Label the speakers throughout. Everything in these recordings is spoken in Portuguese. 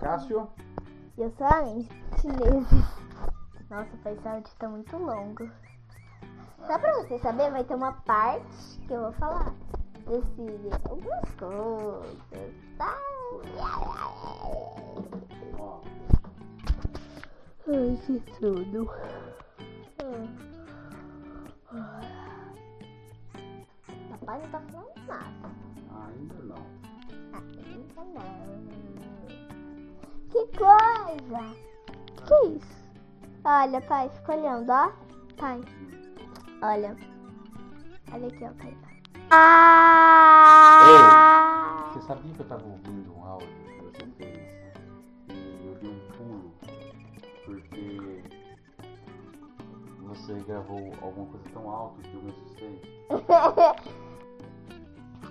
Speaker 1: Cássio.
Speaker 2: E eu sou a Anne, chinesa. Nossa, o PowerPoint tá muito longo. Só pra você saber, vai ter uma parte que eu vou falar. Desse, algumas coisas, tá?
Speaker 1: Ó,
Speaker 2: Ai, que tudo. Hum. Papai não tá falando nada.
Speaker 1: ainda não.
Speaker 2: Ainda não. Que coisa! Que isso? Olha, pai, fica olhando, ó. Pai, olha. Olha aqui, ó, pai. Ah!
Speaker 1: Você sabia que eu tava ouvindo um áudio que você fez e eu dei um pulo porque você gravou alguma coisa tão alto que eu me assustei.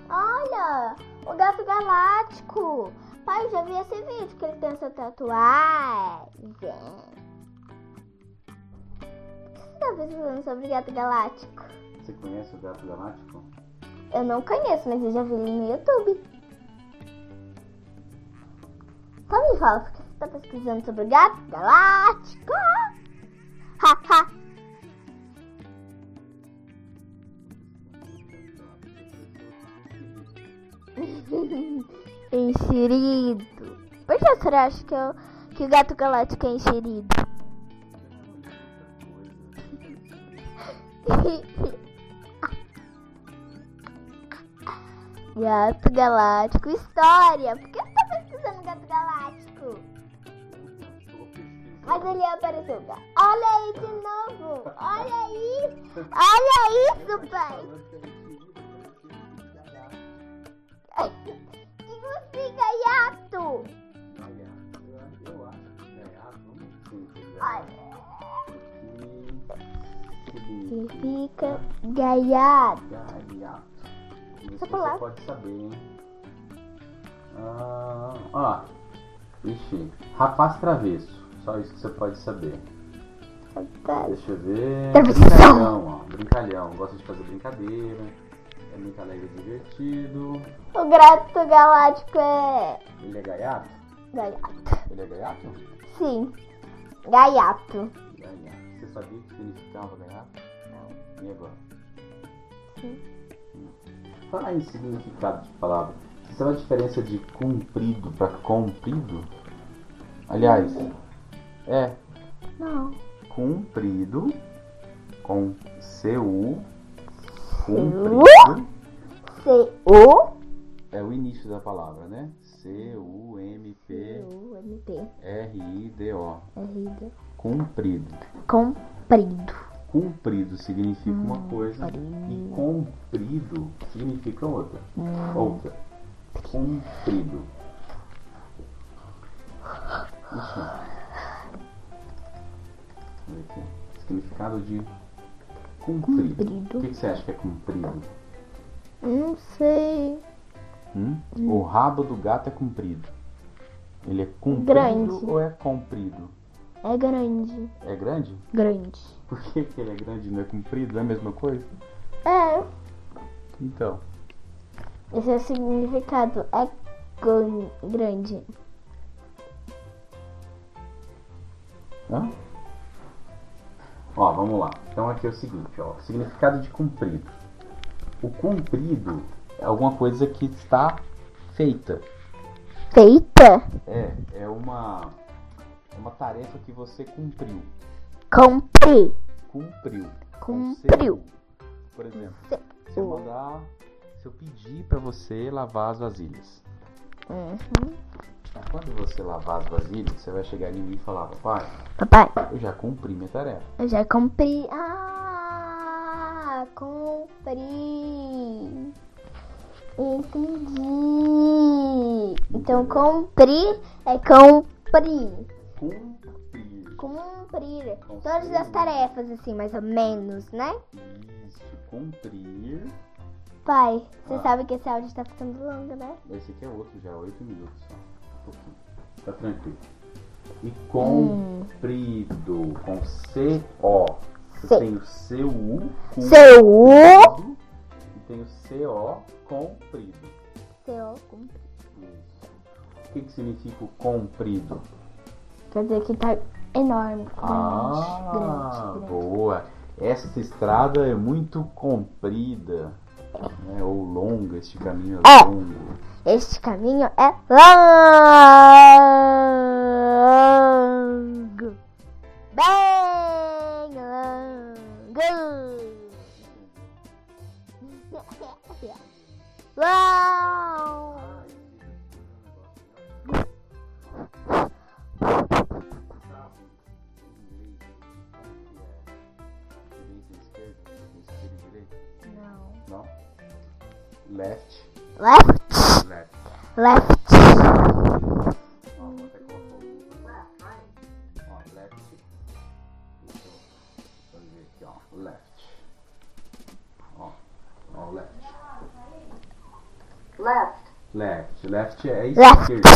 Speaker 2: Olha, o gato galáctico. Pai, eu já vi esse vídeo que ele tem essa tatuagem. O que você tá pesquisando sobre gato galáctico?
Speaker 1: Você conhece o Gato Galáctico?
Speaker 2: Eu não conheço, mas eu já vi ele no YouTube. Então me fala, por que você tá pesquisando sobre o gato galáctico? Haha. Enxerido. Por que você acha que, eu, que o gato galáctico é enxerido? gato galáctico, história. Por que você tá pesquisando gato galáctico? Mas ele apareceu. ga- Olha aí de novo. Olha aí. Olha isso, pai. que significa hiato?
Speaker 1: Eu acho que ganhar, vamos
Speaker 2: Olha.
Speaker 1: sim.
Speaker 2: Significa gaiato.
Speaker 1: Gaia. Isso
Speaker 2: Tá
Speaker 1: você
Speaker 2: pro lado.
Speaker 1: pode saber, hein? Ah, ó. Ixi. Rapaz travesso. Só isso que você pode saber. Deixa eu ver.
Speaker 2: Travessão.
Speaker 1: Brincalhão, ó. Brincalhão. Gosta de fazer brincadeira. É muito alegre e divertido.
Speaker 2: O gato galáctico é
Speaker 1: Ele é gaiato?
Speaker 2: gaiato.
Speaker 1: Ele é gaiato?
Speaker 2: Sim, gaiato.
Speaker 1: Gaiato. Você sabia o que significava gaiato? Não. E agora?
Speaker 2: Sim.
Speaker 1: Fala aí o significado de palavra. Você sabe a diferença de comprido para comprido? Aliás, é
Speaker 2: Não.
Speaker 1: comprido com CU.
Speaker 2: Cu?
Speaker 1: Comprido
Speaker 2: C O
Speaker 1: é o início da palavra, né? C-U-M-P-R-I-D-O.
Speaker 2: U M P R
Speaker 1: Comprido.
Speaker 2: comprido.
Speaker 1: Comprido significa uma
Speaker 2: Hum,
Speaker 1: coisa e comprido significa outra.
Speaker 2: Hum.
Speaker 1: Outra. Comprido. Isso. Vamos ver aqui. Significado de comprido.
Speaker 2: Comprido.
Speaker 1: O que, que você acha que é comprido?
Speaker 2: Não sei.
Speaker 1: Hum? O rabo do gato é comprido. Ele é comprido
Speaker 2: Grande.
Speaker 1: ou é comprido?
Speaker 2: É grande,
Speaker 1: É grande?
Speaker 2: grande.
Speaker 1: Por que, que ele é grande e não é comprido? Não é a mesma coisa?
Speaker 2: É.
Speaker 1: Então.
Speaker 2: Esse é o significado. É gran- grande.
Speaker 1: Hã? Ó, vamos lá. Então aqui é o seguinte, ó. Significado de comprido. O comprido é alguma coisa que está feita.
Speaker 2: Feita.
Speaker 1: É, é uma é uma tarefa que você cumpriu.
Speaker 2: Comprei.
Speaker 1: Cumpriu. Com
Speaker 2: Cumpriu.
Speaker 1: seu, Por exemplo,
Speaker 2: Seu.
Speaker 1: se eu mandar, se eu pedir pra você lavar as vasilhas.
Speaker 2: Uhum.
Speaker 1: Mas Quando você lavar as vasilhas, você vai chegar em mim e falar, papai,
Speaker 2: Papai.
Speaker 1: eu já cumpri minha tarefa.
Speaker 2: Eu já comprei. Ah, comprei. Entendi. Então, cumprir é cumprir.
Speaker 1: Cumprir.
Speaker 2: Cumprir todas as tarefas, assim, mais ou menos, né?
Speaker 1: Isso, cumprir.
Speaker 2: Pai, você
Speaker 1: Ah.
Speaker 2: sabe que esse áudio tá ficando longo, né?
Speaker 1: Esse aqui é outro já, 8 minutos só. Um pouquinho. Tá tranquilo. E comprido. Com C-O. Você
Speaker 2: Sim.
Speaker 1: tem o C-U com
Speaker 2: Seu.
Speaker 1: comprido, E tem o C-O comprido.
Speaker 2: Seu. cumprir.
Speaker 1: Isso. O que, que significa o comprido?
Speaker 2: Quer dizer que tá enorme. Grande,
Speaker 1: Ah,
Speaker 2: grande, grande.
Speaker 1: boa. Esta estrada é muito comprida. né, Ou longa, este caminho é
Speaker 2: É.
Speaker 1: longo.
Speaker 2: Este caminho é longo. Bem longo. Uau! Não.
Speaker 1: Não. Left.
Speaker 2: Left,
Speaker 1: Left.
Speaker 2: left.
Speaker 1: Ó, vou até colocar o- Ó, left. Deixa eu fazer aqui, ó. Left. Ó, ó, left.
Speaker 3: Left.
Speaker 1: Left. Left é
Speaker 2: Left.
Speaker 1: esquerda.
Speaker 2: Esquerda,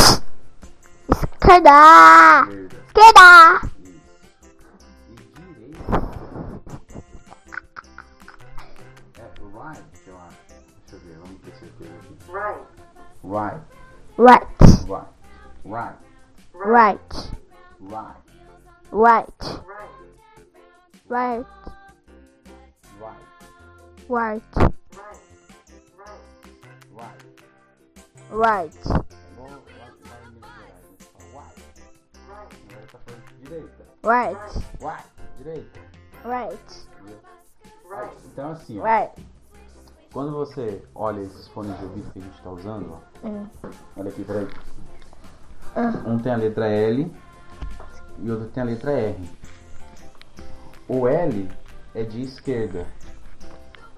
Speaker 1: Esquerda.
Speaker 2: esquerda.
Speaker 1: Isso. E direita. É right, eu acho. Deixa eu ver, vamos ter certeza aqui.
Speaker 3: Right.
Speaker 1: Right,
Speaker 2: Right,
Speaker 1: right, right,
Speaker 2: right,
Speaker 1: right,
Speaker 2: right,
Speaker 3: Right.
Speaker 1: right,
Speaker 2: right, right,
Speaker 3: Right. Right.
Speaker 1: right.
Speaker 2: right.
Speaker 1: É igual lá lá em Minas Gerais, né? Fala Right.
Speaker 3: Right.
Speaker 1: Agora tá falando direita.
Speaker 2: Right,
Speaker 1: Right, direita.
Speaker 2: right,
Speaker 1: entendeu?
Speaker 3: Right.
Speaker 1: Então assim, ó,
Speaker 2: right.
Speaker 1: quando você olha esses fones de ouvido que a gente tá usando, ó,
Speaker 2: Hum.
Speaker 1: olha aqui, peraí.
Speaker 2: Ah.
Speaker 1: Um tem a letra L e outro tem a letra R. O L é de esquerda.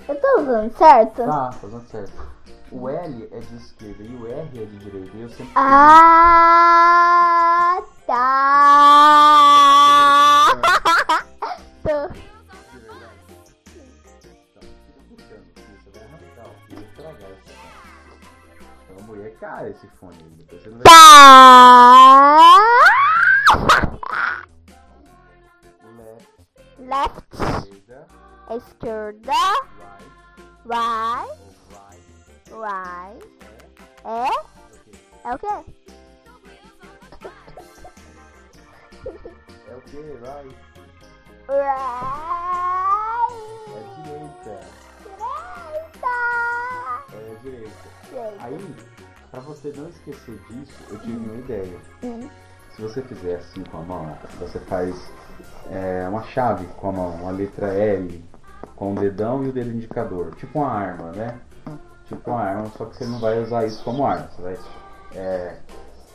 Speaker 2: Eu tô usando, certo?
Speaker 1: Tá, fazendo certo. O L é de esquerda e o R é de direita. E eu sempre
Speaker 2: Ah, tá. Tô.
Speaker 1: Então, mulher, é cara esse fone. aí, Depois você não vai
Speaker 2: Tá.
Speaker 1: left,
Speaker 2: Left,
Speaker 1: é esquerda,
Speaker 2: esquerda,
Speaker 1: right,
Speaker 2: right,
Speaker 1: ou right,
Speaker 2: right. É?
Speaker 1: é o quê?
Speaker 2: É o quê?
Speaker 1: É o que? Right, é
Speaker 2: Right.
Speaker 1: direita,
Speaker 2: Direita.
Speaker 1: é direita.
Speaker 2: Gente,
Speaker 1: Aí, pra você não esquecer disso, eu tive uma ideia.
Speaker 2: hum,
Speaker 1: Se você fizer assim com a mão, você faz é, uma chave com a mão, uma letra L, com o dedão e o dedo indicador. Tipo uma arma, né? Tipo uma arma, só que você não vai usar isso como arma. Você vai é,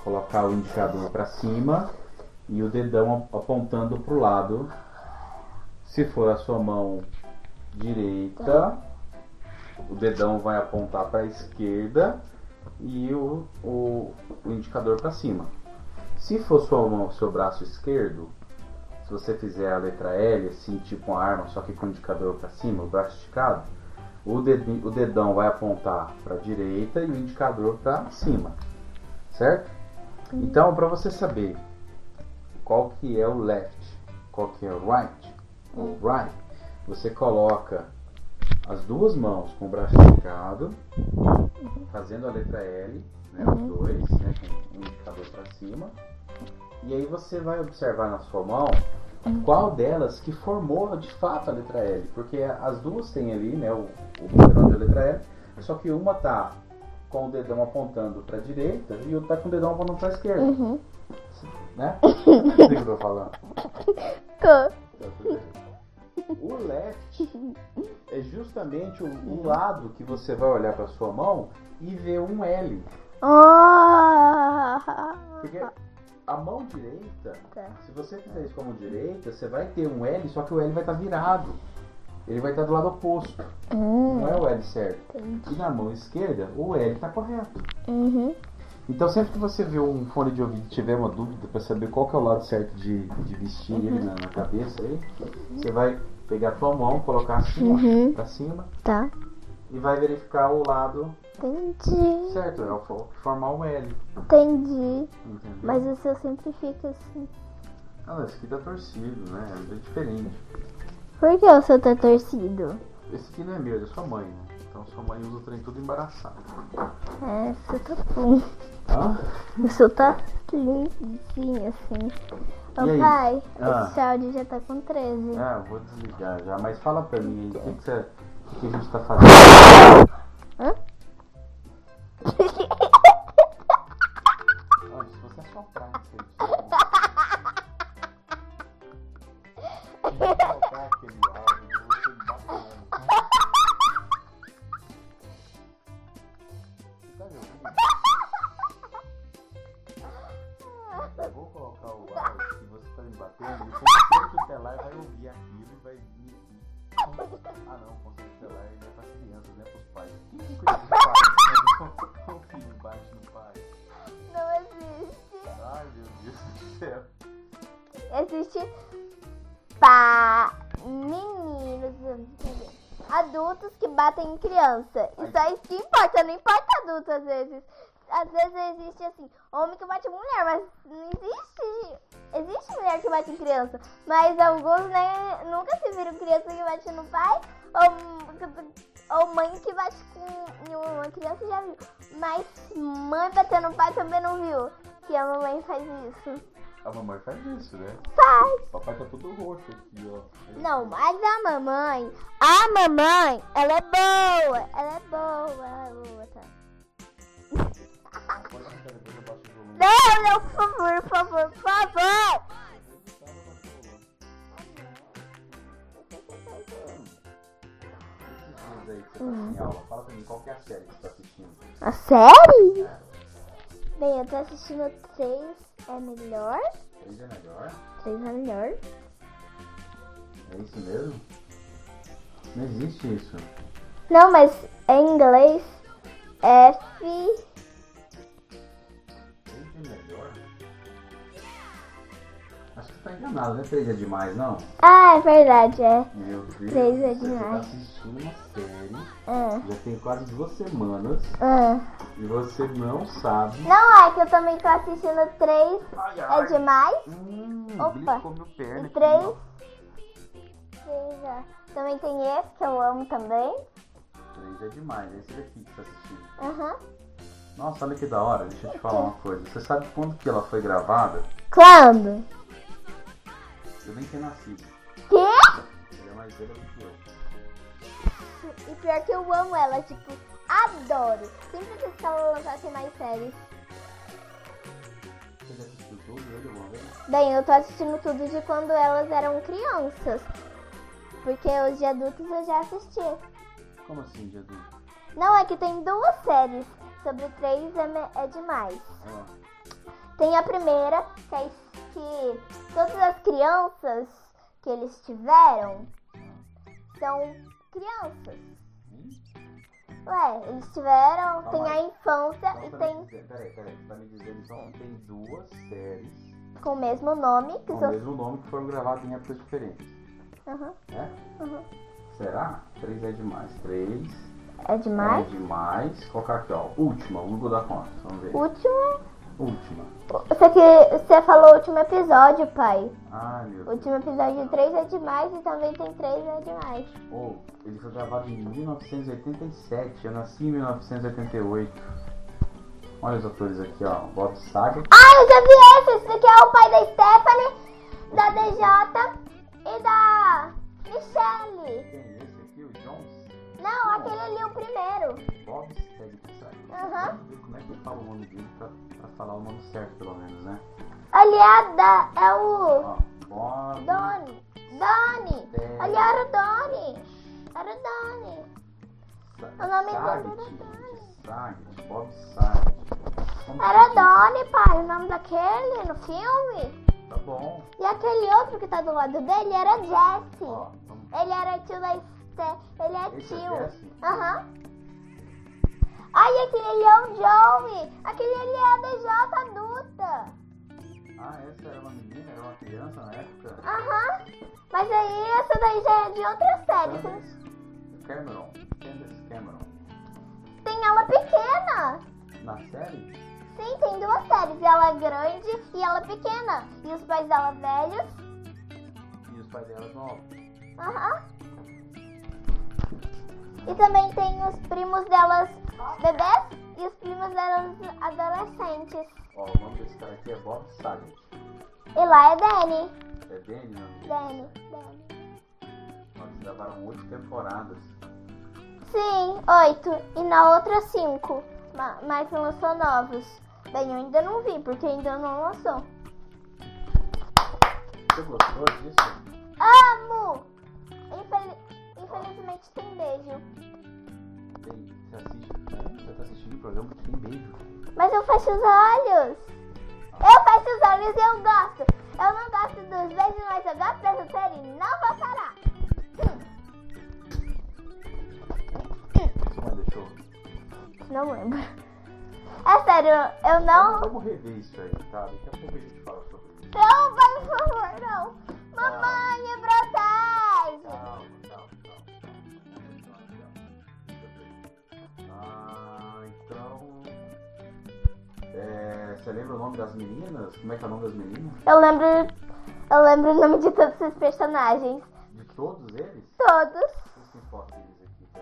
Speaker 1: colocar o indicador pra cima e o dedão ap- apontando pro lado. Se for a sua mão direita, o dedão vai apontar pra esquerda e o, o, o indicador pra cima. Se for sua mão, seu braço esquerdo, se você fizer a letra L, assim, tipo uma arma, só que com o indicador para cima, o braço esticado, o, dedi- o dedão vai apontar para direita e o indicador para cima, certo? Então, para você saber qual que é o left, qual que é o right, ou right, você coloca as duas mãos com o braço esticado, fazendo a letra L, né, os dois, né, com o indicador para cima, e aí você vai observar na sua mão qual delas que formou de fato a letra L, porque as duas têm ali, né, o, o botão da letra L, só que uma tá com o dedão apontando para direita e outra tá com o dedão apontando para esquerda,
Speaker 2: Uhum.
Speaker 1: né? Não sei o que eu tô falando.
Speaker 2: Tô.
Speaker 1: É O left é justamente o, o lado que você vai olhar para sua mão e ver um L.
Speaker 2: Ah.
Speaker 1: Porque a mão direita,
Speaker 2: Tá.
Speaker 1: se você fizer isso com a mão direita, você vai ter um L, só que o L vai estar virado. Ele vai estar do lado oposto.
Speaker 2: Hum,
Speaker 1: Não é o L certo.
Speaker 2: entendi.
Speaker 1: E na mão esquerda, o L está correto.
Speaker 2: Uhum.
Speaker 1: Então sempre que você vê um fone de ouvido e tiver uma dúvida para saber qual que é o lado certo de, de vestir ele na, na cabeça aí, você vai pegar a tua mão, colocar assim, ó,
Speaker 2: Uhum.
Speaker 1: pra cima,
Speaker 2: Tá.
Speaker 1: e vai verificar o lado
Speaker 2: Entendi.
Speaker 1: certo, é o fo- formar um L.
Speaker 2: Entendi.
Speaker 1: Entendeu?
Speaker 2: Mas o seu sempre fica assim.
Speaker 1: Ah, mas esse aqui tá torcido, né? É bem diferente.
Speaker 2: Por que o seu tá torcido?
Speaker 1: Esse aqui não é meu, é da sua mãe, né?
Speaker 4: Então sua mãe usa o trem tudo embaraçado.
Speaker 2: É, você tá bom.
Speaker 1: Hã?
Speaker 2: O seu tá lindinho, assim. Ô
Speaker 1: E aí?
Speaker 2: pai,
Speaker 1: Ah.
Speaker 2: esse áudio já tá com 13.
Speaker 1: Ah, eu vou desligar já. Mas fala pra mim aí, o que, que, você, o que a gente tá fazendo? Olha, se você soprar, você Se você soltar aquele áudio, eu vou te bater. Você tá me ouvindo? Eu vou colocar o áudio que você tá me batendo e o conselho tutelar vai ouvir aquilo e vai vir aqui. Ah não, o conselho tutelar ele é pra crianças, não é pros pais. Quem que cuida dos pais? Quando o filho bate no pai.
Speaker 2: Não existe.
Speaker 1: Ai meu Deus do céu.
Speaker 2: Existe pa meninos, cadê? adultos que batem em criança. Isso é isso que importa, não importa adulto às vezes. Às vezes existe assim, homem que bate em mulher, mas não existe. Existe mulher que bate em criança, mas alguns né, nunca se viram criança que bate no pai ou, ou mãe que bate com em uma criança já viu. Mas mãe batendo no pai também não viu. Que a mamãe faz isso.
Speaker 1: A mamãe faz isso, né?
Speaker 2: Faz!
Speaker 1: O papai tá todo roxo aqui, ó.
Speaker 2: Não, mas a mamãe, a mamãe, ela é boa, ela é boa, ela é boa, tá?
Speaker 1: Pode ficar, depois eu baixo o volume.
Speaker 2: Não, não, por favor, por favor, por favor!
Speaker 1: Esses dias aí que você tá
Speaker 2: Hum.
Speaker 1: sem aula, fala pra mim qual que é a série que você tá assistindo.
Speaker 2: A série? Bem, eu tô assistindo três é melhor,
Speaker 1: Três é melhor?
Speaker 2: três é melhor.
Speaker 1: É isso mesmo? Não existe isso.
Speaker 2: Não, mas é em inglês, F,
Speaker 1: Três é melhor? Acho que você tá enganado, né? Três é demais, não?
Speaker 2: ah, é verdade, é,
Speaker 1: Meu Deus.
Speaker 2: Três é
Speaker 1: do céu, Você
Speaker 2: demais.
Speaker 1: tá assistindo uma série,
Speaker 2: ah,
Speaker 1: já tem quase duas semanas,
Speaker 2: ah.
Speaker 1: e você não sabe.
Speaker 2: Não, é que eu também tô assistindo três
Speaker 1: Ai,
Speaker 2: é demais.
Speaker 1: Hum,
Speaker 2: Opa.
Speaker 1: Billy comeu perna
Speaker 2: E
Speaker 1: aqui,
Speaker 2: três.
Speaker 1: ó.
Speaker 2: Três, ó. Também tem esse que eu amo também.
Speaker 1: Três é demais, esse daqui que você assistiu.
Speaker 2: Aham.
Speaker 1: Nossa, olha que da hora, deixa eu te falar uma coisa. Você sabe quando que ela foi gravada?
Speaker 2: Quando?
Speaker 1: Eu nem tinha nascido.
Speaker 2: Quê?
Speaker 1: Ele é mais velho do que eu.
Speaker 2: E pior que eu amo ela, tipo, adoro. Sempre que ela lançasse mais séries.
Speaker 1: Você já assistiu tudo ele alguma vez?
Speaker 2: Bem, eu tô assistindo tudo de quando elas eram crianças. Porque os de adultos eu já assisti.
Speaker 1: Como assim, Jesus?
Speaker 2: Não, é que tem duas séries. Sobre três é, me- é demais.
Speaker 1: Ah,
Speaker 2: Tem a primeira, que é es- que todas as crianças que eles tiveram são crianças.
Speaker 1: hum?
Speaker 2: Ué, eles tiveram,
Speaker 1: Calma
Speaker 2: tem a
Speaker 1: aí.
Speaker 2: infância
Speaker 1: Então,
Speaker 2: Ah, e
Speaker 1: você tá me
Speaker 2: tem
Speaker 1: dizendo- Peraí, peraí, você tá me dizendo então que tem duas séries
Speaker 2: com o mesmo nome, que
Speaker 1: com o
Speaker 2: são.
Speaker 1: mesmo nome que foram gravadas em épocas diferentes,
Speaker 2: Aham,
Speaker 1: né?
Speaker 2: aham.
Speaker 1: Será? Três é demais. Três
Speaker 2: É demais.
Speaker 1: é demais. Vou colocar aqui, ó. Última, o Google da conta. Vamos ver.
Speaker 2: Último. é-
Speaker 1: Última.
Speaker 2: Você, que, você falou último episódio, pai.
Speaker 1: Ai, meu Deus.
Speaker 2: Último episódio de 3 é demais e também tem 3 é demais.
Speaker 1: Oh, ele foi gravado em 1987, eu nasci em 1988. Olha os atores aqui, ó. Bob Saga.
Speaker 2: Ah, eu já vi esse! Esse daqui é o pai da Stephanie, da DJ e da Michelle.
Speaker 1: Quem é esse aqui? O Jones?
Speaker 2: Não, aquele ali, é o primeiro.
Speaker 1: Bob Saga.
Speaker 2: Aham.
Speaker 1: Vamos ver Como é que eu falo o nome dele pra, pra falar o nome certo, pelo menos, né?
Speaker 2: Ali é, a da, é o
Speaker 1: Ó, Bob...
Speaker 2: Doni. Doni. Ali era o Doni. Era o Doni.
Speaker 1: Sa-
Speaker 2: o nome dele é
Speaker 1: Saget,
Speaker 2: era
Speaker 1: gente, Saget, Bob Saget. Como
Speaker 2: Era
Speaker 1: que-
Speaker 2: Doni, pai, o nome daquele no filme.
Speaker 1: Tá bom.
Speaker 2: E aquele outro que tá do lado dele era Jesse.
Speaker 1: Ó, vamos...
Speaker 2: Ele era tio da Esté. Ele é
Speaker 1: Esse é Jesse?
Speaker 2: tio. Aham. Ai, aquele ali é o Joey. Aquele ali é a DJ adulta.
Speaker 1: Ah, essa era uma menina? Era uma criança na época?
Speaker 2: Aham. Mas aí essa daí já é de outra série. que
Speaker 1: Candace
Speaker 2: não-
Speaker 1: Cameron. Candace Cameron.
Speaker 2: Tem ela pequena.
Speaker 1: Na série?
Speaker 2: Sim, tem duas séries. Ela é grande e ela é pequena. E os pais dela velhos.
Speaker 1: E os pais dela novos.
Speaker 2: Aham. E também tem os primos delas bebês e os primos delas adolescentes.
Speaker 1: Ó, o nome desse cara aqui é Bob Saget.
Speaker 2: E lá é Dani.
Speaker 1: É Danny, o nome dele.
Speaker 2: Dani. Dani.
Speaker 1: Ó, Eles gravaram oito temporadas.
Speaker 2: Sim, oito. E na outra, cinco. Ma- Mas não lançou novos. Bem, eu ainda não vi, porque ainda não lançou.
Speaker 1: Você gostou disso?
Speaker 2: Amo! Infeli- Infelizmente tem beijo.
Speaker 1: Tem, você assiste. né? Você tá assistindo um programa que tem beijo.
Speaker 2: Mas eu fecho os olhos. Eu fecho os olhos e eu gosto. Eu não gosto dos beijos, mas eu gosto dessa série. Não vou parar.
Speaker 1: Sua mãe deixou.
Speaker 2: Não lembro. É sério, eu não.
Speaker 1: Vamos rever isso aí, tá? Daqui a pouco a gente fala sobre isso.
Speaker 2: Não, vai, por favor, não. Mamãe, é brotagem.
Speaker 1: Calma, calma, calma. Ah, então. É, você lembra o nome das meninas? Como é que é o nome das meninas?
Speaker 2: Eu lembro. Eu lembro o nome de todos esses personagens.
Speaker 1: De todos eles?
Speaker 2: Todos.
Speaker 1: Vocês se importam deles aqui, tá?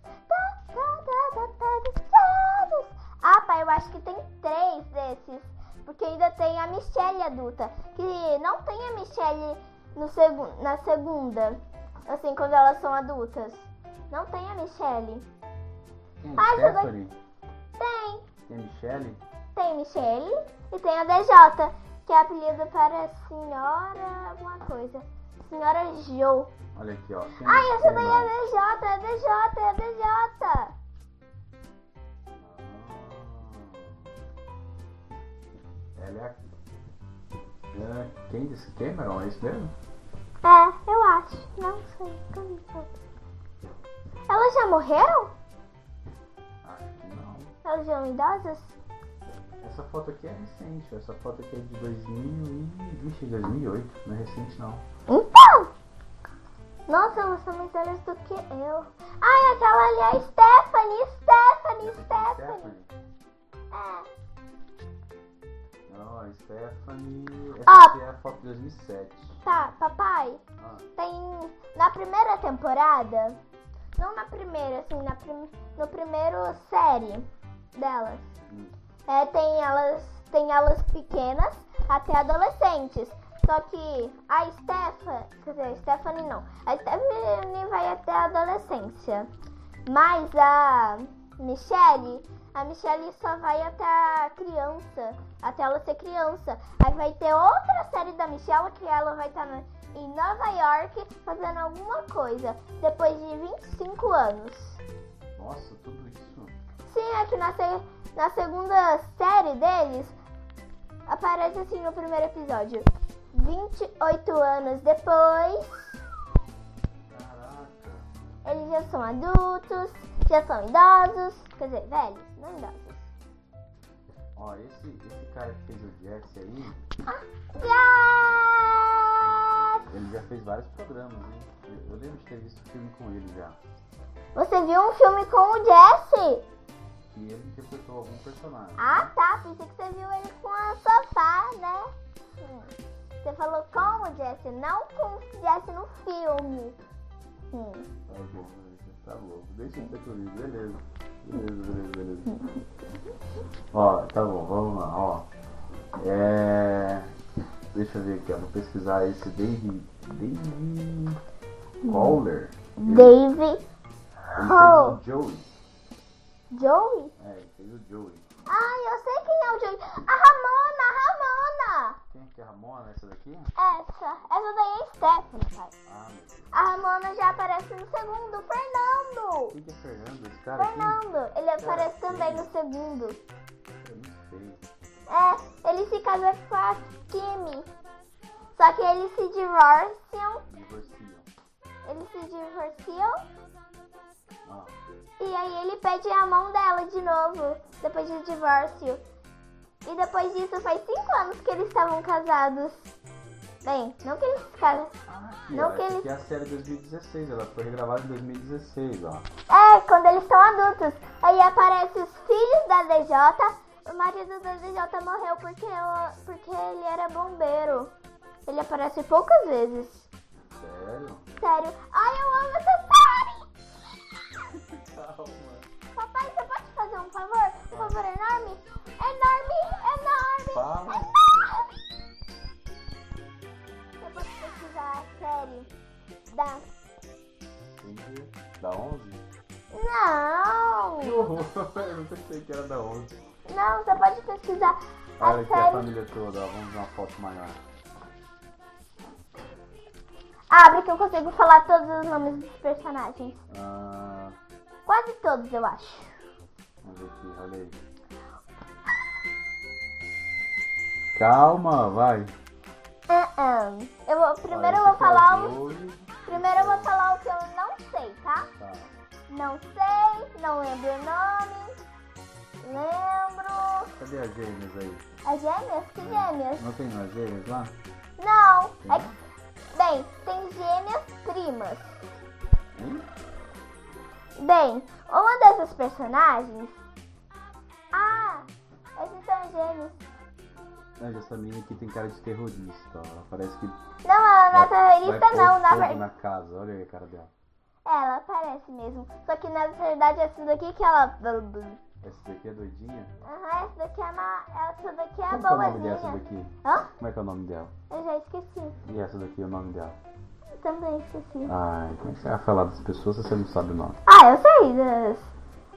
Speaker 1: peraí.
Speaker 2: Todos, todos, todos, todos, todos. Ah, pai, eu acho que tem três desses. Porque ainda tem a Michelle adulta. Que não tem a Michelle no segu na segunda. Assim, quando elas são adultas. Não tem a Michelle.
Speaker 1: Tem
Speaker 2: Ai,
Speaker 1: é Stephanie? é
Speaker 2: Tem.
Speaker 1: Tem Michelle?
Speaker 2: Tem Michelle e tem a DJ, que é apelido para senhora alguma coisa. Senhora Jo.
Speaker 1: Olha aqui, ó. Tem
Speaker 2: Ai, essa
Speaker 1: tem
Speaker 2: daí é
Speaker 1: não.
Speaker 2: a DJ, é a DJ, é a DJ.
Speaker 1: Ela é a... É, Quem disse Cameron? É isso mesmo?
Speaker 2: É, eu acho. Não sei. como que foi? Elas já morreram?
Speaker 1: Acho que não.
Speaker 2: Elas já são idosas?
Speaker 1: Essa foto aqui é recente, essa foto aqui é de 2000 e... Vixe, 2008, não é recente não.
Speaker 2: Então! Nossa, elas são mais velhas do que eu. Ai, aquela ali é a Stephanie, Stephanie, Stephanie. É.
Speaker 1: Não, a Stephanie... Essa
Speaker 2: Ah.
Speaker 1: aqui é a foto de 2007.
Speaker 2: Tá, papai,
Speaker 1: Ah,
Speaker 2: tem. Na primeira temporada. Não na primeira, assim, na prim, no primeiro série delas.
Speaker 1: hum.
Speaker 2: É, tem elas, tem elas pequenas até adolescentes. Só que a Stephanie, quer dizer, a Stephanie não. A Stephanie vai até a adolescência. Mas a Michelle, a Michelle só vai até a criança, até ela ser criança. Aí vai ter outra série da Michelle que ela vai estar na- em Nova York fazendo alguma coisa depois de 25 anos.
Speaker 1: Nossa, tudo isso?
Speaker 2: Sim, é que na, se- na segunda série deles aparece assim no primeiro episódio. 28 anos depois,
Speaker 1: Caraca.
Speaker 2: eles já são adultos, já são idosos, quer dizer, velhos, não idosos.
Speaker 1: Ó, esse, esse cara que fez o Jesse aí...
Speaker 2: Já!
Speaker 1: Ele já fez vários programas, hein? Eu, eu lembro de ter visto filme com ele já.
Speaker 2: Você viu um filme com o Jesse?
Speaker 1: E ele interpretou algum personagem.
Speaker 2: Ah tá, pensei que você viu ele com a sofá, né? Hum. Você falou com o Jesse, não com o Jesse no filme. Hum.
Speaker 1: Tá bom, beleza. tá bom. Deixa ele ser comigo, beleza. Beleza, beleza, beleza. ó, tá bom, vamos lá, ó. É. Deixa eu ver aqui, ó. Vou pesquisar esse David. David. Cowler. Ele,
Speaker 2: Dave
Speaker 1: ele fez o Joey.
Speaker 2: Joey?
Speaker 1: É, ele fez o Joey.
Speaker 2: Ai, eu sei quem é o Joey. A Ramona, a Ramona!
Speaker 1: Quem é que é a Ramona, essa daqui?
Speaker 2: Essa, essa daí é Stephanie, pai.
Speaker 1: Ah, meu Deus.
Speaker 2: A Ramona já aparece no segundo. Fernando!
Speaker 1: Quem que é Fernando? Esse cara aqui?
Speaker 2: Fernando, ele aparece também no segundo.
Speaker 1: Eu não sei.
Speaker 2: É, ele se casa com a Kimi. Só que eles se divorciam,
Speaker 1: Divorciam.
Speaker 2: eles se divorciam
Speaker 1: Ah,
Speaker 2: e aí ele pede a mão dela de novo, depois do divórcio. E depois disso faz cinco anos que eles estavam casados. Bem, não que eles ficaram.
Speaker 1: aqui,
Speaker 2: Não
Speaker 1: ó,
Speaker 2: que
Speaker 1: essa
Speaker 2: ele-
Speaker 1: aqui é a série 2016, ela foi regravada em 2016, ó.
Speaker 2: É, quando eles são adultos. Aí aparecem os filhos da DJ. O marido da DJ morreu porque, o- porque ele era bombeiro. Ele aparece poucas vezes.
Speaker 1: Sério?
Speaker 2: sério. Ai, eu amo essa série!
Speaker 1: Calma.
Speaker 2: Papai, você pode fazer um favor? Um favor enorme? Enorme! Enorme!
Speaker 1: Fala.
Speaker 2: Enorme! Você pode pesquisar a série da...
Speaker 1: Entendi. Da 11?
Speaker 2: Não!
Speaker 1: Que horror. Eu não pensei que era da 11.
Speaker 2: Não, você pode pesquisar a
Speaker 1: Olha aqui a
Speaker 2: série...
Speaker 1: família toda. ó. tá Vamos dar uma foto maior.
Speaker 2: Abre que eu consigo falar todos os nomes dos personagens.
Speaker 1: Ah,
Speaker 2: Quase todos, eu acho.
Speaker 1: vamos ver aqui. Olha aí. Calma, vai.
Speaker 2: Ah, ah. Eu vou, primeiro
Speaker 1: Olha,
Speaker 2: eu vou
Speaker 1: esse aqui é o
Speaker 2: falar os
Speaker 1: Joey.
Speaker 2: Primeiro eu vou falar o que eu não sei, tá?
Speaker 1: Tá.
Speaker 2: Não sei, não lembro o nome. Lembro.
Speaker 1: Cadê as gêmeas aí?
Speaker 2: As gêmeas? Que gêmeas?
Speaker 1: Não tem mais gêmeas lá?
Speaker 2: Não! É que- Bem, tem gêmeas primas.
Speaker 1: Hein?
Speaker 2: Bem, uma dessas personagens. Ah! Esses são gêmeos.
Speaker 1: Olha, essa menina aqui tem cara de terrorista. ó. Ela parece que.
Speaker 2: Não, ela não é terrorista,
Speaker 1: vai
Speaker 2: não.
Speaker 1: pôr
Speaker 2: Na
Speaker 1: fogo
Speaker 2: verdade.
Speaker 1: na casa. Olha aí a cara dela.
Speaker 2: Ela parece mesmo. Só que na verdade, essa daqui que ela. Aham,
Speaker 1: Essa daqui é doidinha?
Speaker 2: essa daqui é uma. Essa daqui é a
Speaker 1: Como que é o nome dessa
Speaker 2: boazinha.
Speaker 1: daqui?
Speaker 2: Hã?
Speaker 1: Como é que é o nome dela?
Speaker 2: Eu já esqueci.
Speaker 1: E essa daqui é o nome dela?
Speaker 2: Também esqueci.
Speaker 1: Ai, como é que você vai falar das pessoas se você não sabe o nome?
Speaker 2: Ah, eu sei. das-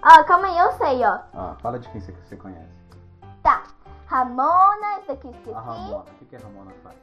Speaker 2: Ah, calma aí, eu sei, ó.
Speaker 1: Ah, fala de quem você, você conhece.
Speaker 2: Tá. Ramona, isso aqui eu esqueci.
Speaker 1: A Ramona. O que, que a Ramona faz?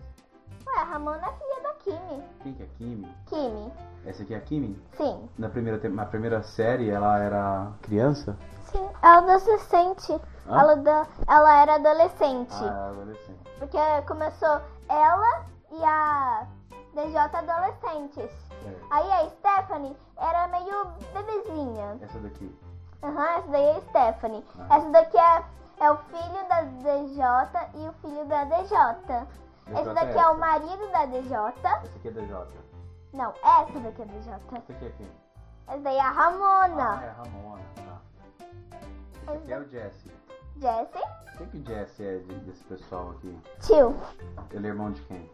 Speaker 2: Ué, a Ramona é filha da Kimi.
Speaker 1: Quem que é a Kimi?
Speaker 2: Kimi,
Speaker 1: Essa aqui é a Kimi?
Speaker 2: sim.
Speaker 1: Na primeira, tem- na primeira série ela era criança?
Speaker 2: Sim, ela é adolescente.
Speaker 1: Hã?
Speaker 2: Ela, da- ela era adolescente.
Speaker 1: Ah, era adolescente.
Speaker 2: Porque começou ela e a DJ adolescentes.
Speaker 1: Certo.
Speaker 2: Aí a Stephanie era meio bebezinha.
Speaker 1: Essa daqui.
Speaker 2: Aham, essa daí é a Stephanie.
Speaker 1: Ah.
Speaker 2: Essa daqui é, é o filho da DJ e o filho da DJ. Esse daqui é o
Speaker 1: Mario.
Speaker 2: marido da DJ.
Speaker 1: Essa aqui é DJ.
Speaker 2: Não, essa daqui é a DJ.
Speaker 1: Essa aqui é quem?
Speaker 2: Essa daí é a
Speaker 1: Ah,
Speaker 2: Ramona.
Speaker 1: é a Ramona, tá. Esse aqui é o Jesse.
Speaker 2: é Jesse,
Speaker 1: Quem que Jesse é de- desse pessoal aqui?
Speaker 2: tio.
Speaker 1: Ele é irmão de quem?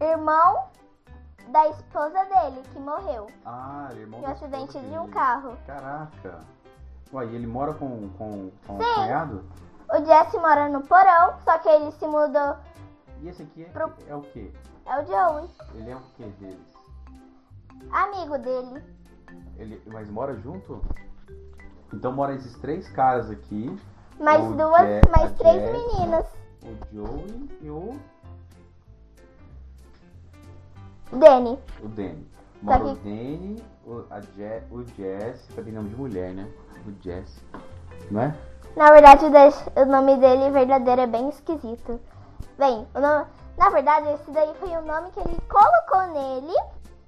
Speaker 2: Irmão da esposa dele, que morreu.
Speaker 1: Ah, ele é irmão
Speaker 2: No
Speaker 1: da
Speaker 2: acidente
Speaker 1: esposa
Speaker 2: de um
Speaker 1: dele.
Speaker 2: carro.
Speaker 1: Caraca. Ué, e ele mora com, com, com o
Speaker 2: Sim.
Speaker 1: cunhado?
Speaker 2: O Jesse mora no porão, só que ele se mudou.
Speaker 1: E esse aqui é,
Speaker 2: Pro-
Speaker 1: é o quê?
Speaker 2: É o Joey,
Speaker 1: Ele é o quê deles?
Speaker 2: amigo dele.
Speaker 1: Ele, mas mora junto? Então mora esses três caras aqui,
Speaker 2: Mais
Speaker 1: O
Speaker 2: duas,
Speaker 1: Je-
Speaker 2: mais
Speaker 1: a
Speaker 2: três
Speaker 1: Jesse.
Speaker 2: meninas.
Speaker 1: o Joey e o,
Speaker 2: Danny.
Speaker 1: o Danny. Mora o
Speaker 2: que-
Speaker 1: Danny, o, a Je, o Jess, que tem nome de mulher, né? O Jess. Não é?
Speaker 2: Na verdade, o des- o nome dele verdadeiro é bem esquisito. Bem, o nome- na verdade, esse daí foi o nome que ele colocou nele,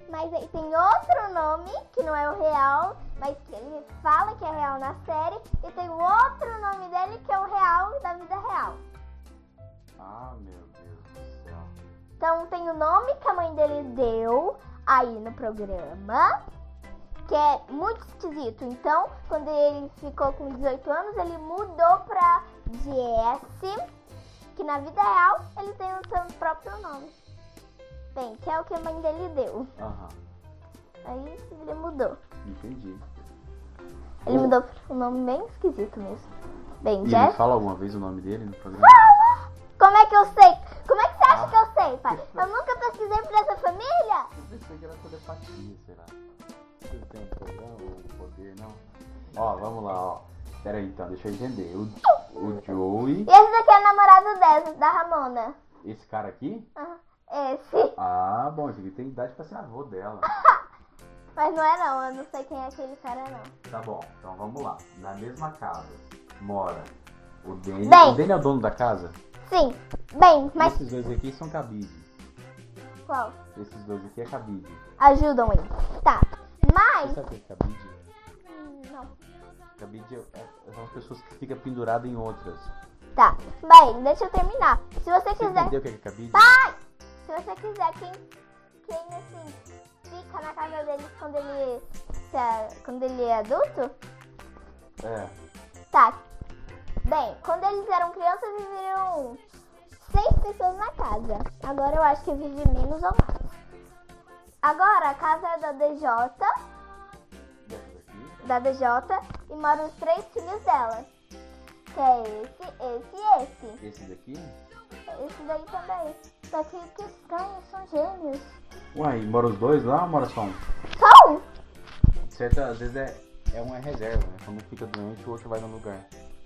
Speaker 2: mas aí tem outro nome que não é o real, mas que ele fala que é real na série, e tem o outro nome dele que é o real da vida real.
Speaker 1: Ah, meu Deus do céu.
Speaker 2: Então tem o nome que a mãe dele deu aí no programa, que é muito esquisito. Então, quando ele ficou com 18 anos, ele mudou pra Jesse, que na vida real ele tem o seu próprio nome. Bem, que é o que a mãe dele deu.
Speaker 1: Aham,
Speaker 2: Aí ele mudou.
Speaker 1: entendi.
Speaker 2: Ele
Speaker 1: Hum.
Speaker 2: mudou pra um nome bem esquisito mesmo. Bem,
Speaker 1: E ele
Speaker 2: Jesse.
Speaker 1: fala alguma vez o nome dele no programa?
Speaker 2: Como é que eu sei? Como é que você acha que eu sei, pai? Eu nunca pesquisei por essa família?
Speaker 1: Eu pensei que era telepatia, será? Ele tem um programa, um poder, não? Ó, vamos lá, ó. Pera aí, então, deixa eu entender. O, o Joey,
Speaker 2: E esse daqui é o namorado dessa, da Ramona.
Speaker 1: esse cara aqui?
Speaker 2: Ah, Esse.
Speaker 1: Ah, bom, esse aqui tem idade pra ser avô dela.
Speaker 2: Mas não é não, eu não sei quem é aquele cara não.
Speaker 1: Tá bom, então vamos lá. Na mesma casa mora o Danny.
Speaker 2: Bem.
Speaker 1: O Danny é o dono da casa?
Speaker 2: Sim, bem, mas
Speaker 1: Esses dois aqui são cabide.
Speaker 2: qual?
Speaker 1: Esses dois aqui é cabide.
Speaker 2: Ajudam ele. Tá.
Speaker 1: Você
Speaker 2: Mas.
Speaker 1: sabe o que é cabide?
Speaker 2: hum, Não.
Speaker 1: Cabide é- é- são as pessoas que ficam penduradas em outras.
Speaker 2: Tá. Bem, deixa eu terminar. Se você
Speaker 1: Você
Speaker 2: quiser.
Speaker 1: entendeu o que é cabide?
Speaker 2: Pai! Se você quiser quem. Quem assim fica na casa dele quando ele. se é- Quando ele é adulto,
Speaker 1: É.
Speaker 2: Tá. Bem, quando eles eram crianças, viviam seis pessoas na casa. Agora eu acho que vive menos ou mais. Agora a casa é da DJ,
Speaker 1: Dessa daqui.
Speaker 2: da DJ, e moram os três filhos dela. Que é esse, esse e esse.
Speaker 1: Esse daqui?
Speaker 2: Esse daí também. Só que que estranho, são gêmeos.
Speaker 1: Uai, mora os dois lá ou mora só um?
Speaker 2: Só um!
Speaker 1: Certa, às vezes é, é uma reserva, né? Quando um fica doente, o outro vai no lugar.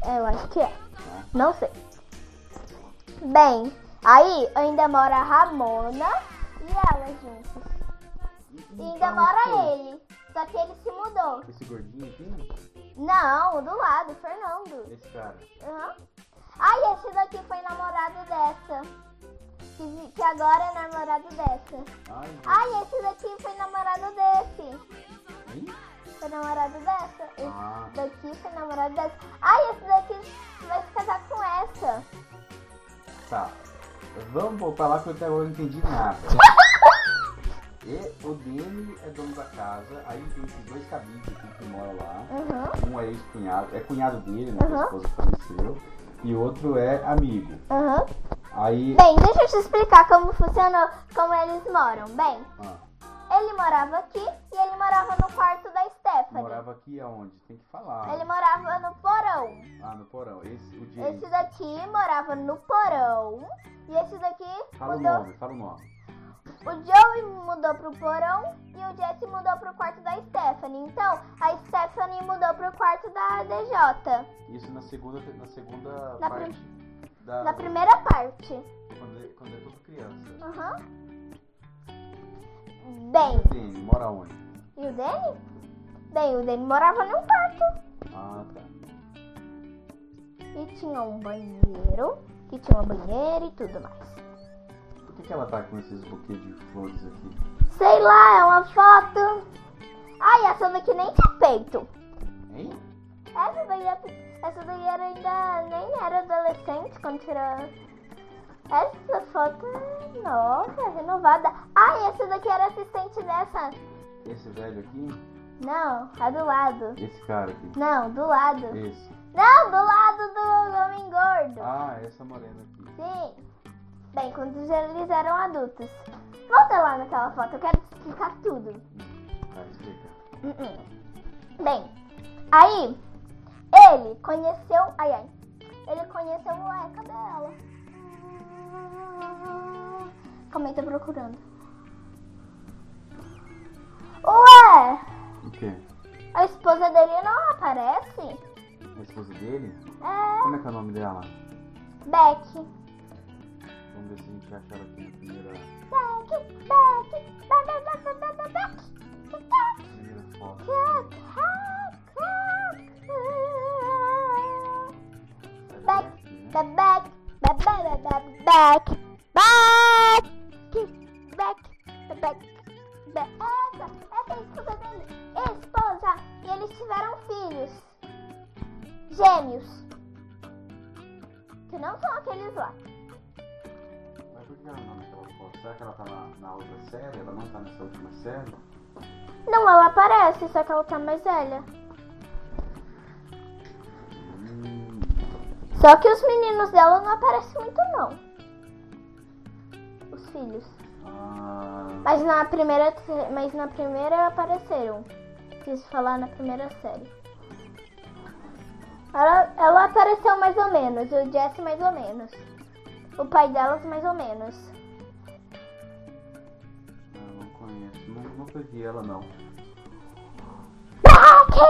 Speaker 2: É, eu acho que é. Não sei. Bem, aí ainda mora a Ramona e ela juntos. E
Speaker 1: Então,
Speaker 2: ainda mora ele. Só que ele se mudou.
Speaker 1: Esse gordinho aqui?
Speaker 2: Não, do lado, Fernando.
Speaker 1: Esse cara.
Speaker 2: Aham. Aí esse daqui foi namorado dessa. Que, vi- que agora é namorado dessa.
Speaker 1: Ai,
Speaker 2: Ai, esse daqui foi namorado desse.
Speaker 1: hein?
Speaker 2: Foi namorado dessa. Esse
Speaker 1: Ah.
Speaker 2: daqui foi namorado dessa. Ai, esse daqui vai se casar com essa.
Speaker 1: Tá. Vamos voltar lá que eu até agora não entendi nada. e o Demi é dono da casa, aí tem esses dois cabides aqui que moram lá.
Speaker 2: Uhum.
Speaker 1: Um é ex-cunhado, é cunhado dele, né? Que a
Speaker 2: Aham.
Speaker 1: esposa faleceu. E outro é amigo.
Speaker 2: Aham.
Speaker 1: Aí.
Speaker 2: Bem, deixa eu te explicar como funcionou, como eles moram. Bem,
Speaker 1: Ah,
Speaker 2: ele morava aqui e ele morava no quarto da Stephanie.
Speaker 1: morava aqui aonde? Tem que falar.
Speaker 2: Ele morava no porão.
Speaker 1: Ah, no porão. Esse, o James.
Speaker 2: Esse daqui morava no porão. E esse daqui
Speaker 1: Fala o
Speaker 2: mudou.
Speaker 1: Tá nome, fala o nome.
Speaker 2: O Joey mudou pro porão e o Jesse mudou pro quarto da Stephanie. Então, a Stephanie mudou pro quarto da DJ.
Speaker 1: Isso na segunda, na segunda
Speaker 2: Na
Speaker 1: parte. Da,
Speaker 2: Na primeira parte.
Speaker 1: quando, é- quando é tudo criança.
Speaker 2: Aham.
Speaker 1: E
Speaker 2: Bem,
Speaker 1: o Demi mora onde?
Speaker 2: e o Danny? Bem, o Danny morava num quarto.
Speaker 1: Ah, tá.
Speaker 2: E tinha um banheiro, que tinha uma banheira e tudo mais.
Speaker 1: Por que, que ela tá com esses buquês de flores aqui?
Speaker 2: Sei lá, é uma foto. Ai, essa daqui nem tinha peito.
Speaker 1: Hein?
Speaker 2: Essa daí, é- essa daí era ainda nem era adolescente quando tirou. Essa foto é nova, renovada. Ai, essa daqui era assistente dessa.
Speaker 1: Esse velho aqui?
Speaker 2: Não, a do lado.
Speaker 1: Esse cara aqui?
Speaker 2: Não, do lado.
Speaker 1: Esse.
Speaker 2: Não, do lado do homem gordo.
Speaker 1: Ah, essa morena aqui.
Speaker 2: Sim. Bem, quando eles eram adultos. Volta lá naquela foto, eu quero te explicar tudo.
Speaker 1: Tá, explica.
Speaker 2: Uh-uh. Bem, aí ele conheceu. Ai ai. Ele conheceu o Eca dela. Calma aí, tô procurando. Ué,
Speaker 1: O quê?
Speaker 2: a esposa dele não aparece?
Speaker 1: A esposa dele?
Speaker 2: É.
Speaker 1: Como é que é o nome dela?
Speaker 2: Beck.
Speaker 1: Vamos ver se a gente acha ela aqui na primeira,
Speaker 2: Beck, Beck, Beck, Beck, Beck, Beck, Beck, Beck.
Speaker 1: primeira foto. Ela é aqui, né?
Speaker 2: Back, back, back, back, back, back, back, back, back. Essa, essa é a esposa dele. Esposa. E eles tiveram filhos. Gêmeos. Que não são aqueles lá.
Speaker 1: Mas por que ela não naquela foto? Será que ela tá na, na outra série? Ela não tá nessa última série?
Speaker 2: Não, ela aparece, só que ela tá mais velha.
Speaker 1: Hum.
Speaker 2: Só que os meninos dela não aparecem muito, não. Os filhos.
Speaker 1: Ah.
Speaker 2: Mas na primeira, mas na primeira apareceram. Quis falar na primeira série. Ela, ela apareceu mais ou menos, o Jesse mais ou menos. O pai delas mais ou menos.
Speaker 1: Eu não conheço. Não, não peguei ela não.
Speaker 2: Daqui!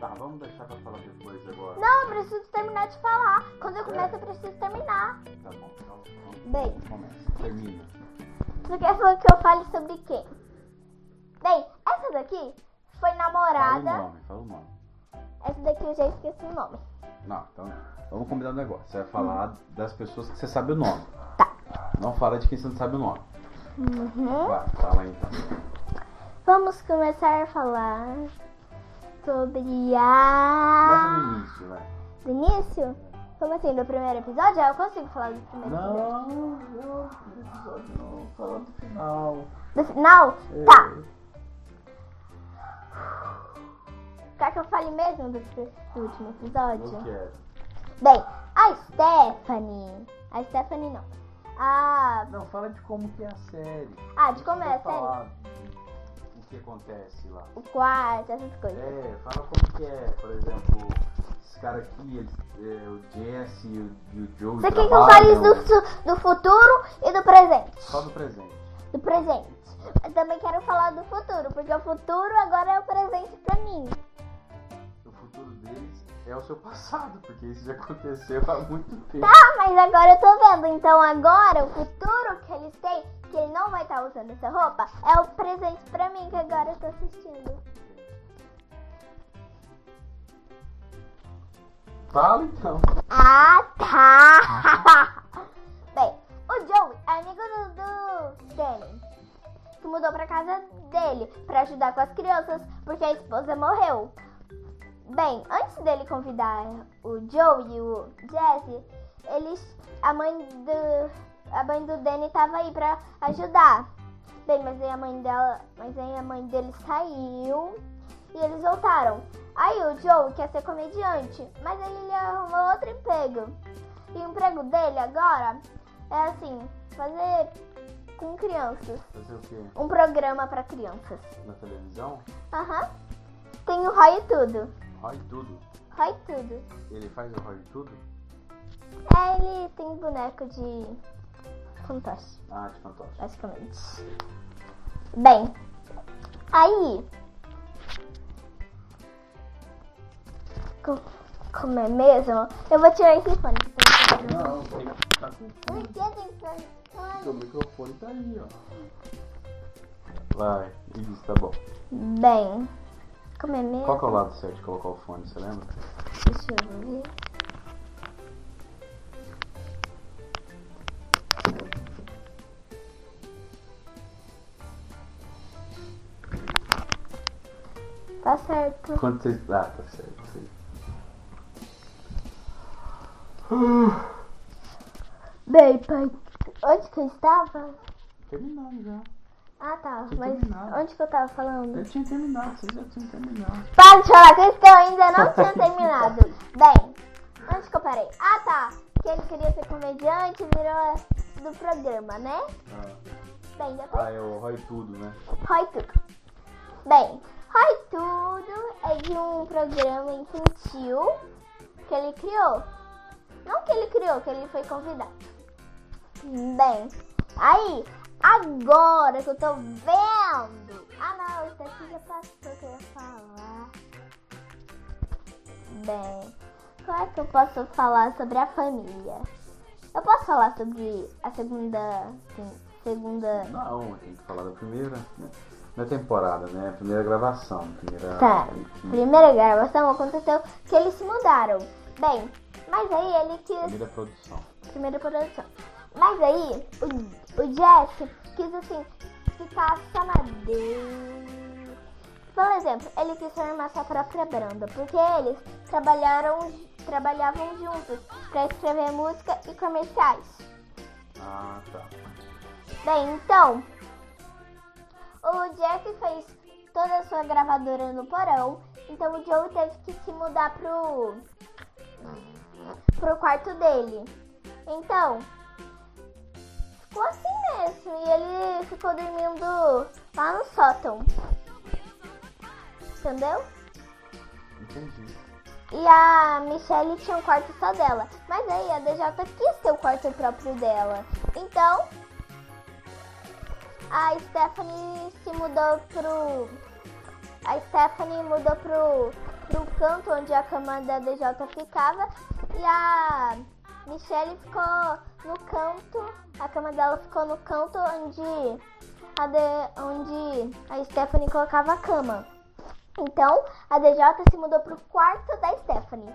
Speaker 1: Tá, vamos deixar pra falar depois agora.
Speaker 2: Não, eu preciso terminar de falar. Quando eu começo, eu preciso terminar.
Speaker 1: Tá bom, então. então
Speaker 2: Bem,
Speaker 1: Começa. Termina.
Speaker 2: você quer falar que eu fale sobre quem? Bem, essa daqui foi
Speaker 1: Fala o
Speaker 2: namorada.
Speaker 1: nome, fala o nome.
Speaker 2: Essa daqui eu já esqueci o nome.
Speaker 1: Não, então vamos combinar um negócio. Você vai falar das pessoas que você sabe o nome.
Speaker 2: Tá.
Speaker 1: Não fala de quem você não sabe o nome.
Speaker 2: Uhum.
Speaker 1: Vai, fala aí então.
Speaker 2: Vamos começar a falar sobre
Speaker 1: Mas no
Speaker 2: a.
Speaker 1: início, né? vai.
Speaker 2: Do início? Como assim? Do primeiro episódio? Ah, eu consigo falar do primeiro episódio.
Speaker 1: Não, não, do episódio não. Fala do final. É,
Speaker 2: Do final? Tá. Quer que eu fale mesmo do, do último
Speaker 1: Eu
Speaker 2: episódio?
Speaker 1: quero.
Speaker 2: Bem, A Stephanie. A Stephanie não. A.
Speaker 1: Não, fala de como que é a série.
Speaker 2: Ah, de como é
Speaker 1: Vai
Speaker 2: a série?
Speaker 1: falar de- O que acontece lá.
Speaker 2: O quarto, essas coisas.
Speaker 1: É, fala como que é, por exemplo, esse cara aqui, eles, é, o Jesse e o, e o Joe
Speaker 2: Você quer que eu fale
Speaker 1: trabalham... é
Speaker 2: do, su- do futuro e do presente?
Speaker 1: Só do presente.
Speaker 2: Do presente. Eu também quero falar do futuro, porque o futuro agora é o presente pra mim.
Speaker 1: O futuro deles é o seu passado, porque isso já aconteceu há muito tempo.
Speaker 2: Tá, mas agora eu tô vendo. Então agora o futuro que eles têm, que ele não vai estar usando essa roupa, é o presente pra mim que agora eu tô assistindo.
Speaker 1: Fala então.
Speaker 2: Ah, tá! Bem, o Joey é amigo do, do Danny, que mudou pra casa dele pra ajudar com as crianças, porque a esposa morreu. Bem, antes dele convidar o Joey e o Jesse, eles, a mãe do a mãe do Danny tava aí pra ajudar. Bem, mas aí a mãe dela, mas aí a mãe dele saiu e eles voltaram. Aí o Joe quer ser comediante, mas ele lhe arrumou outro emprego. E o emprego dele agora é assim, fazer com crianças,
Speaker 1: Fazer o quê?
Speaker 2: um programa pra crianças.
Speaker 1: Na televisão?
Speaker 2: Aham. Tem o Roy Tudo.
Speaker 1: Rói tudo.
Speaker 2: Roy Tudo.
Speaker 1: Ele faz o rói tudo?
Speaker 2: É, ele tem boneco de fantoche,
Speaker 1: Ah, de fantoche.
Speaker 2: basicamente. Bem, aí. Co- Como é mesmo? Eu vou tirar esse fone. que tá me incomodando.
Speaker 1: Não, tem que tá com
Speaker 2: Por que tem fone?
Speaker 1: O microfone tá aí, ó. Vai, isso, tá bom.
Speaker 2: Bem, como é mesmo?
Speaker 1: Qual que é o lado certo de colocar o fone, você lembra?
Speaker 2: Deixa eu ver. Tá certo.
Speaker 1: Quando você... Ah, tá certo, sei. Ah,
Speaker 2: Bem, pai, onde que eu estava?
Speaker 1: Terminado já.
Speaker 2: Ah, tá,
Speaker 1: Não
Speaker 2: mas
Speaker 1: tem nada.
Speaker 2: onde que eu tava falando?
Speaker 1: Eu tinha terminado, vocês já tinham terminado.
Speaker 2: Para de falar com isso que eu ainda não tinha terminado. Bem, onde que eu parei? Ah, tá, que ele queria ser comediante e virou do programa, né? Bem, já tô
Speaker 1: Ah, eu rói tudo, né?
Speaker 2: Roy Tudo. Bem, Roy Tudo é de um programa infantil que ele criou. Não que ele criou, que ele foi convidado. Bem, aí, agora que eu tô vendo. Ah, não, isso daqui já passou que eu ia falar. Bem, como é que eu posso falar sobre a família? Eu posso falar sobre a segunda. Sim, segunda.
Speaker 1: Não, tem que falar da primeira, né? da temporada, né? Primeira gravação, primeira...
Speaker 2: Tá, primeira gravação aconteceu que eles se mudaram. Bem, mas aí ele quis.
Speaker 1: Primeira produção.
Speaker 2: Primeira produção. Mas aí o, o Jesse quis assim ficar só na dele. Por exemplo, ele quis formar sua própria banda, porque eles trabalharam, trabalhavam juntos pra escrever música e comerciais.
Speaker 1: Ah, tá.
Speaker 2: Bem, então, o Jack fez toda a sua gravadora no porão, então o Joe teve que se mudar pro, pro quarto dele. Então, ficou assim mesmo, e ele ficou dormindo lá no sótão. Entendeu?
Speaker 1: Entendi.
Speaker 2: E a Michelle tinha um quarto só dela. Mas aí a DJ quis ter o quarto próprio dela. Então a Stephanie se mudou pro. A Stephanie mudou pro, pro canto onde a cama da DJ ficava. E a Michelle ficou no canto. A cama dela ficou no canto onde a, de, onde a Stephanie colocava a cama. Então, a DJ se mudou pro quarto da Stephanie.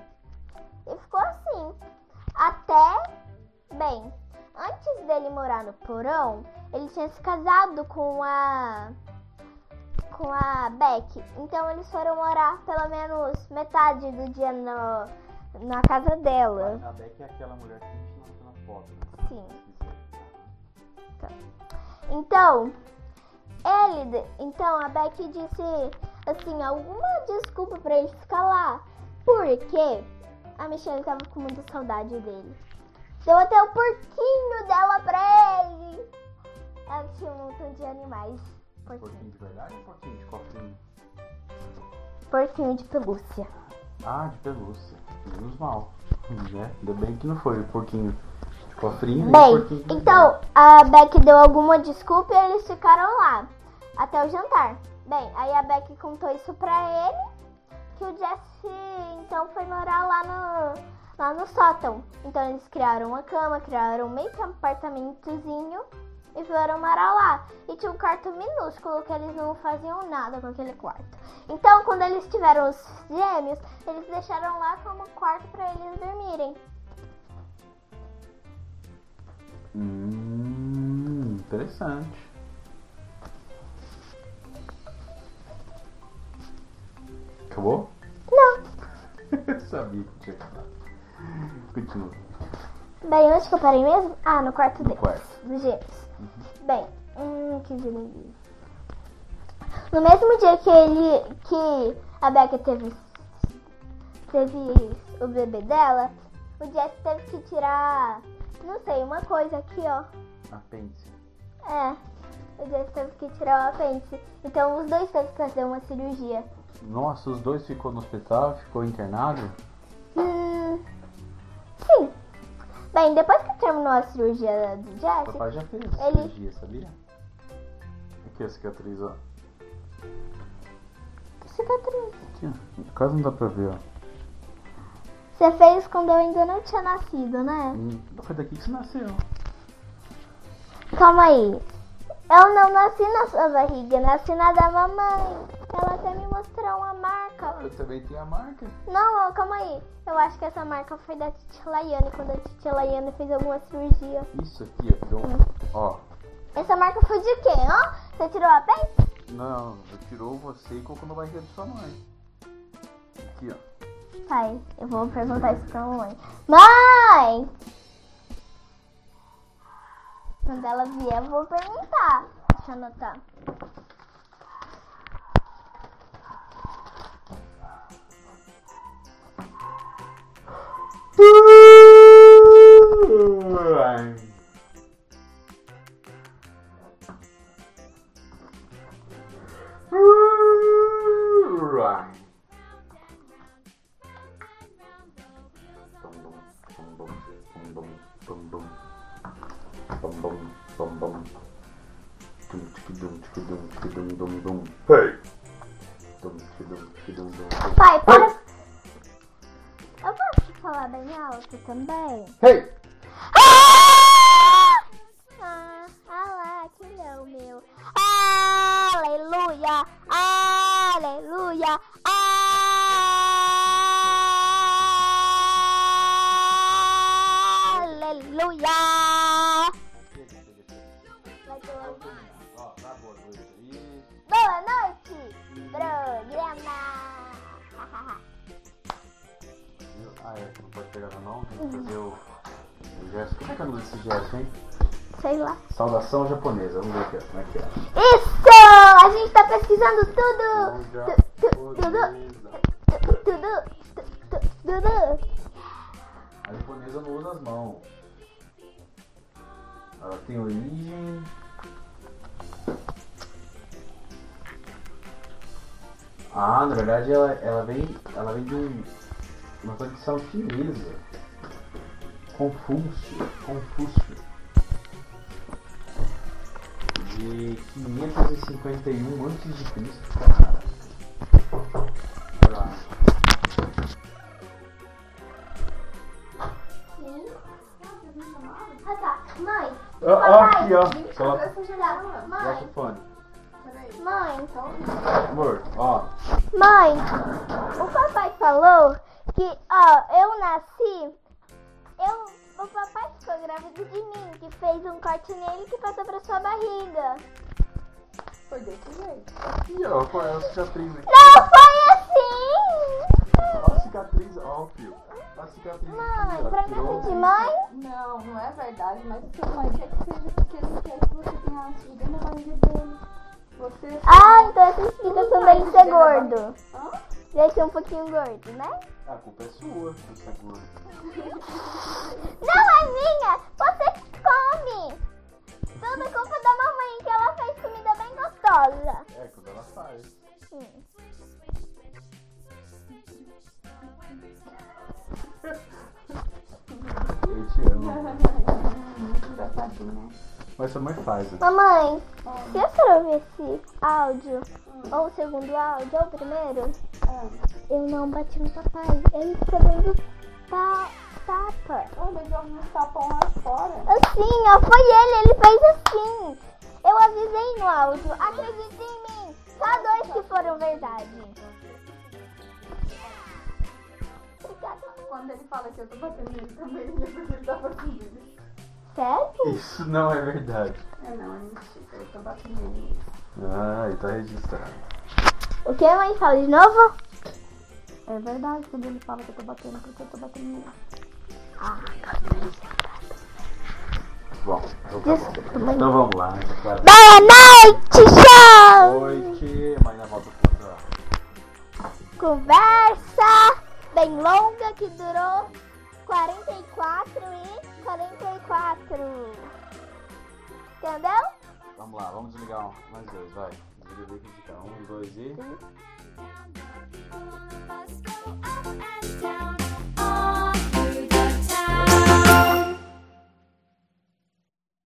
Speaker 2: E ficou assim. Até. Bem, antes dele morar no porão, ele tinha se casado com a. com a Beck. Então, eles foram morar pelo menos metade do dia no, na casa dela. assim.
Speaker 1: A Beck é aquela mulher que a gente não viu na foto, né?
Speaker 2: Sim. Então, ele, então a Beck disse assim, alguma desculpa pra ele ficar lá. Porque A Michelle tava com muita saudade dele. Deu até o porquinho dela pra ele. Ela tinha um montão de animais. Porquinho.
Speaker 1: Porquinho de verdade ou porquinho de copinho?
Speaker 2: Porquinho de pelúcia.
Speaker 1: Ah, de pelúcia. Menos mal. Né? Ainda bem que não foi o porquinho de cofrinho. nem o porquinho
Speaker 2: Bem,
Speaker 1: de
Speaker 2: então a Beck deu alguma desculpa e eles ficaram lá até o jantar. Bem, aí a Beck contou isso pra ele, que o Jesse então foi morar lá no, lá no sótão. Então eles criaram uma cama, criaram meio que um apartamentozinho e foram morar lá. E tinha um quarto minúsculo que eles não faziam nada com aquele quarto. Então quando eles tiveram os gêmeos, eles deixaram lá como quarto pra eles dormirem.
Speaker 1: Hum, interessante. Acabou?
Speaker 2: Não.
Speaker 1: Eu sabia que tinha acabado. Continua.
Speaker 2: Bem, onde que eu parei mesmo? Ah, no quarto deles.
Speaker 1: quarto. Uhum.
Speaker 2: Dos gêmeos. Bem, hum, que dia me diz? No mesmo dia que ele. que a Becca teve. teve o bebê dela, o Jess teve que tirar. não sei, uma coisa aqui, ó.
Speaker 1: Apêndice.
Speaker 2: É. O Jess teve que tirar o apêndice. Então os dois teve que fazer uma cirurgia.
Speaker 1: Nossa, os dois ficou no hospital, ficou internado?
Speaker 2: Hum. Sim. Bem, depois que terminou a cirurgia do
Speaker 1: O
Speaker 2: Jess,
Speaker 1: papai já fez
Speaker 2: Ele-
Speaker 1: cirurgia, sabia? Aqui, a cicatriz, ó.
Speaker 2: cicatriz.
Speaker 1: Aqui, ó. Quase não dá pra ver, ó.
Speaker 2: Você fez quando eu ainda não tinha nascido, né?
Speaker 1: Hum, Foi daqui que você nasceu.
Speaker 2: Calma aí. Eu não nasci na sua barriga, nasci na da mamãe. Ela até me mostrou uma marca.
Speaker 1: eu também tenho a marca.
Speaker 2: Não, ó, calma aí. Eu acho que essa marca foi da Titi Laiane, quando a Titi Laiane fez alguma cirurgia.
Speaker 1: Isso aqui, ó. Tirou um... Ó.
Speaker 2: Essa marca foi de quem, ó? Você tirou a pele?
Speaker 1: Não, tirou você e colocou na barriga de sua mãe. Aqui, ó.
Speaker 2: Pai, eu vou perguntar isso pra mamãe. Mãe! Quando ela vier, eu vou perguntar. Deixa eu anotar.
Speaker 1: Hey!
Speaker 2: Pai, para. Eu posso falar bem alto também?
Speaker 1: Hey!
Speaker 2: Ah! Ah, lá, que leão meu. Aleluia! Aleluia! Aleluia! Vai ter uma
Speaker 1: Ó, tá boa noite aí.
Speaker 2: Boa noite, programa!
Speaker 1: Ah, é, não pode pegar na mão, tem que fazer o, o gesto. Como é que é o nome desse gesto, hein?
Speaker 2: Sei lá.
Speaker 1: Saudação japonesa, vamos ver aqui, ó, como é que é.
Speaker 2: Isso! A gente tá pesquisando tudo!
Speaker 1: Saudação
Speaker 2: Tu- tu- Tudo!
Speaker 1: japonesa.
Speaker 2: tu- Tudo! tu- tu- Tudo!
Speaker 1: A japonesa não usa as mãos. Ela tem origem. Ah, na verdade ela, ela vem. Ela vem de um- uma conexão chinesa. Confúcio. Confúcio. De 551 antes de Cristo, cara. Olha lá.
Speaker 2: Ah tá, mãe!
Speaker 1: Ó, ó, aqui, ó. Coloca- Coloca
Speaker 2: Mãe!
Speaker 1: o fone.
Speaker 2: Mãe!
Speaker 1: Amor, ó.
Speaker 2: Mãe! O papai falou que, ó, eu nasci. Eu, o papai ficou grávido de mim, que fez um corte nele que passou pra sua barriga.
Speaker 5: Foi desse jeito.
Speaker 1: Aqui, ó, qual é a cicatriz aqui?
Speaker 2: Não foi assim!
Speaker 1: Ó a cicatriz, ó, filho. Ó a cicatriz aqui,
Speaker 2: Mãe,
Speaker 1: ó.
Speaker 2: promessa
Speaker 1: tirou.
Speaker 2: de mãe?
Speaker 5: Não, não é verdade, mas seu pai quer que seja porque ele quer que você tenha assunto dentro da barriga dele. Você. é
Speaker 2: Ah, então essa explicação dele ser gordo.
Speaker 5: Hã?
Speaker 2: Deve ser um pouquinho gordo, né?
Speaker 1: A culpa é sua, seu seguro.
Speaker 2: Não é minha! Você que come! Tudo culpa da mamãe que ela fez comida bem gostosa.
Speaker 1: É quando ela faz.
Speaker 2: Hum.
Speaker 1: Eu te amo.
Speaker 5: Muito engraçadinho, né?
Speaker 1: Mas sua mãe faz. né?
Speaker 2: Mamãe, se eu for ouvir esse áudio, ou o segundo áudio, ou o primeiro,
Speaker 5: Ah,
Speaker 2: eu não bati no papai. Ele ficou dando pa tapa.
Speaker 5: ah, mas eu vi um tapão lá fora.
Speaker 2: Assim, ó, foi ele, ele fez assim. Eu avisei no áudio, acredita em mim. Só dois que foram verdade.
Speaker 5: Quando ele fala que eu tô batendo nele também, eu lembro que ele tá batendo nele.
Speaker 2: Sério?
Speaker 1: Isso não é verdade.
Speaker 5: É, não, é mentira. Eu tô batendo nele.
Speaker 1: Ah, e tá registrado.
Speaker 2: O que a mãe fala de novo?
Speaker 5: É verdade, quando ele fala que eu tô batendo, porque eu tô batendo nele.
Speaker 1: Bom, então tá bom. Então vamos lá, né? Clara?
Speaker 2: Boa noite, show!
Speaker 1: Noite. Amanhã volta pro programa.
Speaker 2: Conversa bem longa que durou 44 e 44. Entendeu?
Speaker 1: Vamos então. lá, vamos desligar um, mais dois, vai. Desliga o vídeo de cada um, dois e.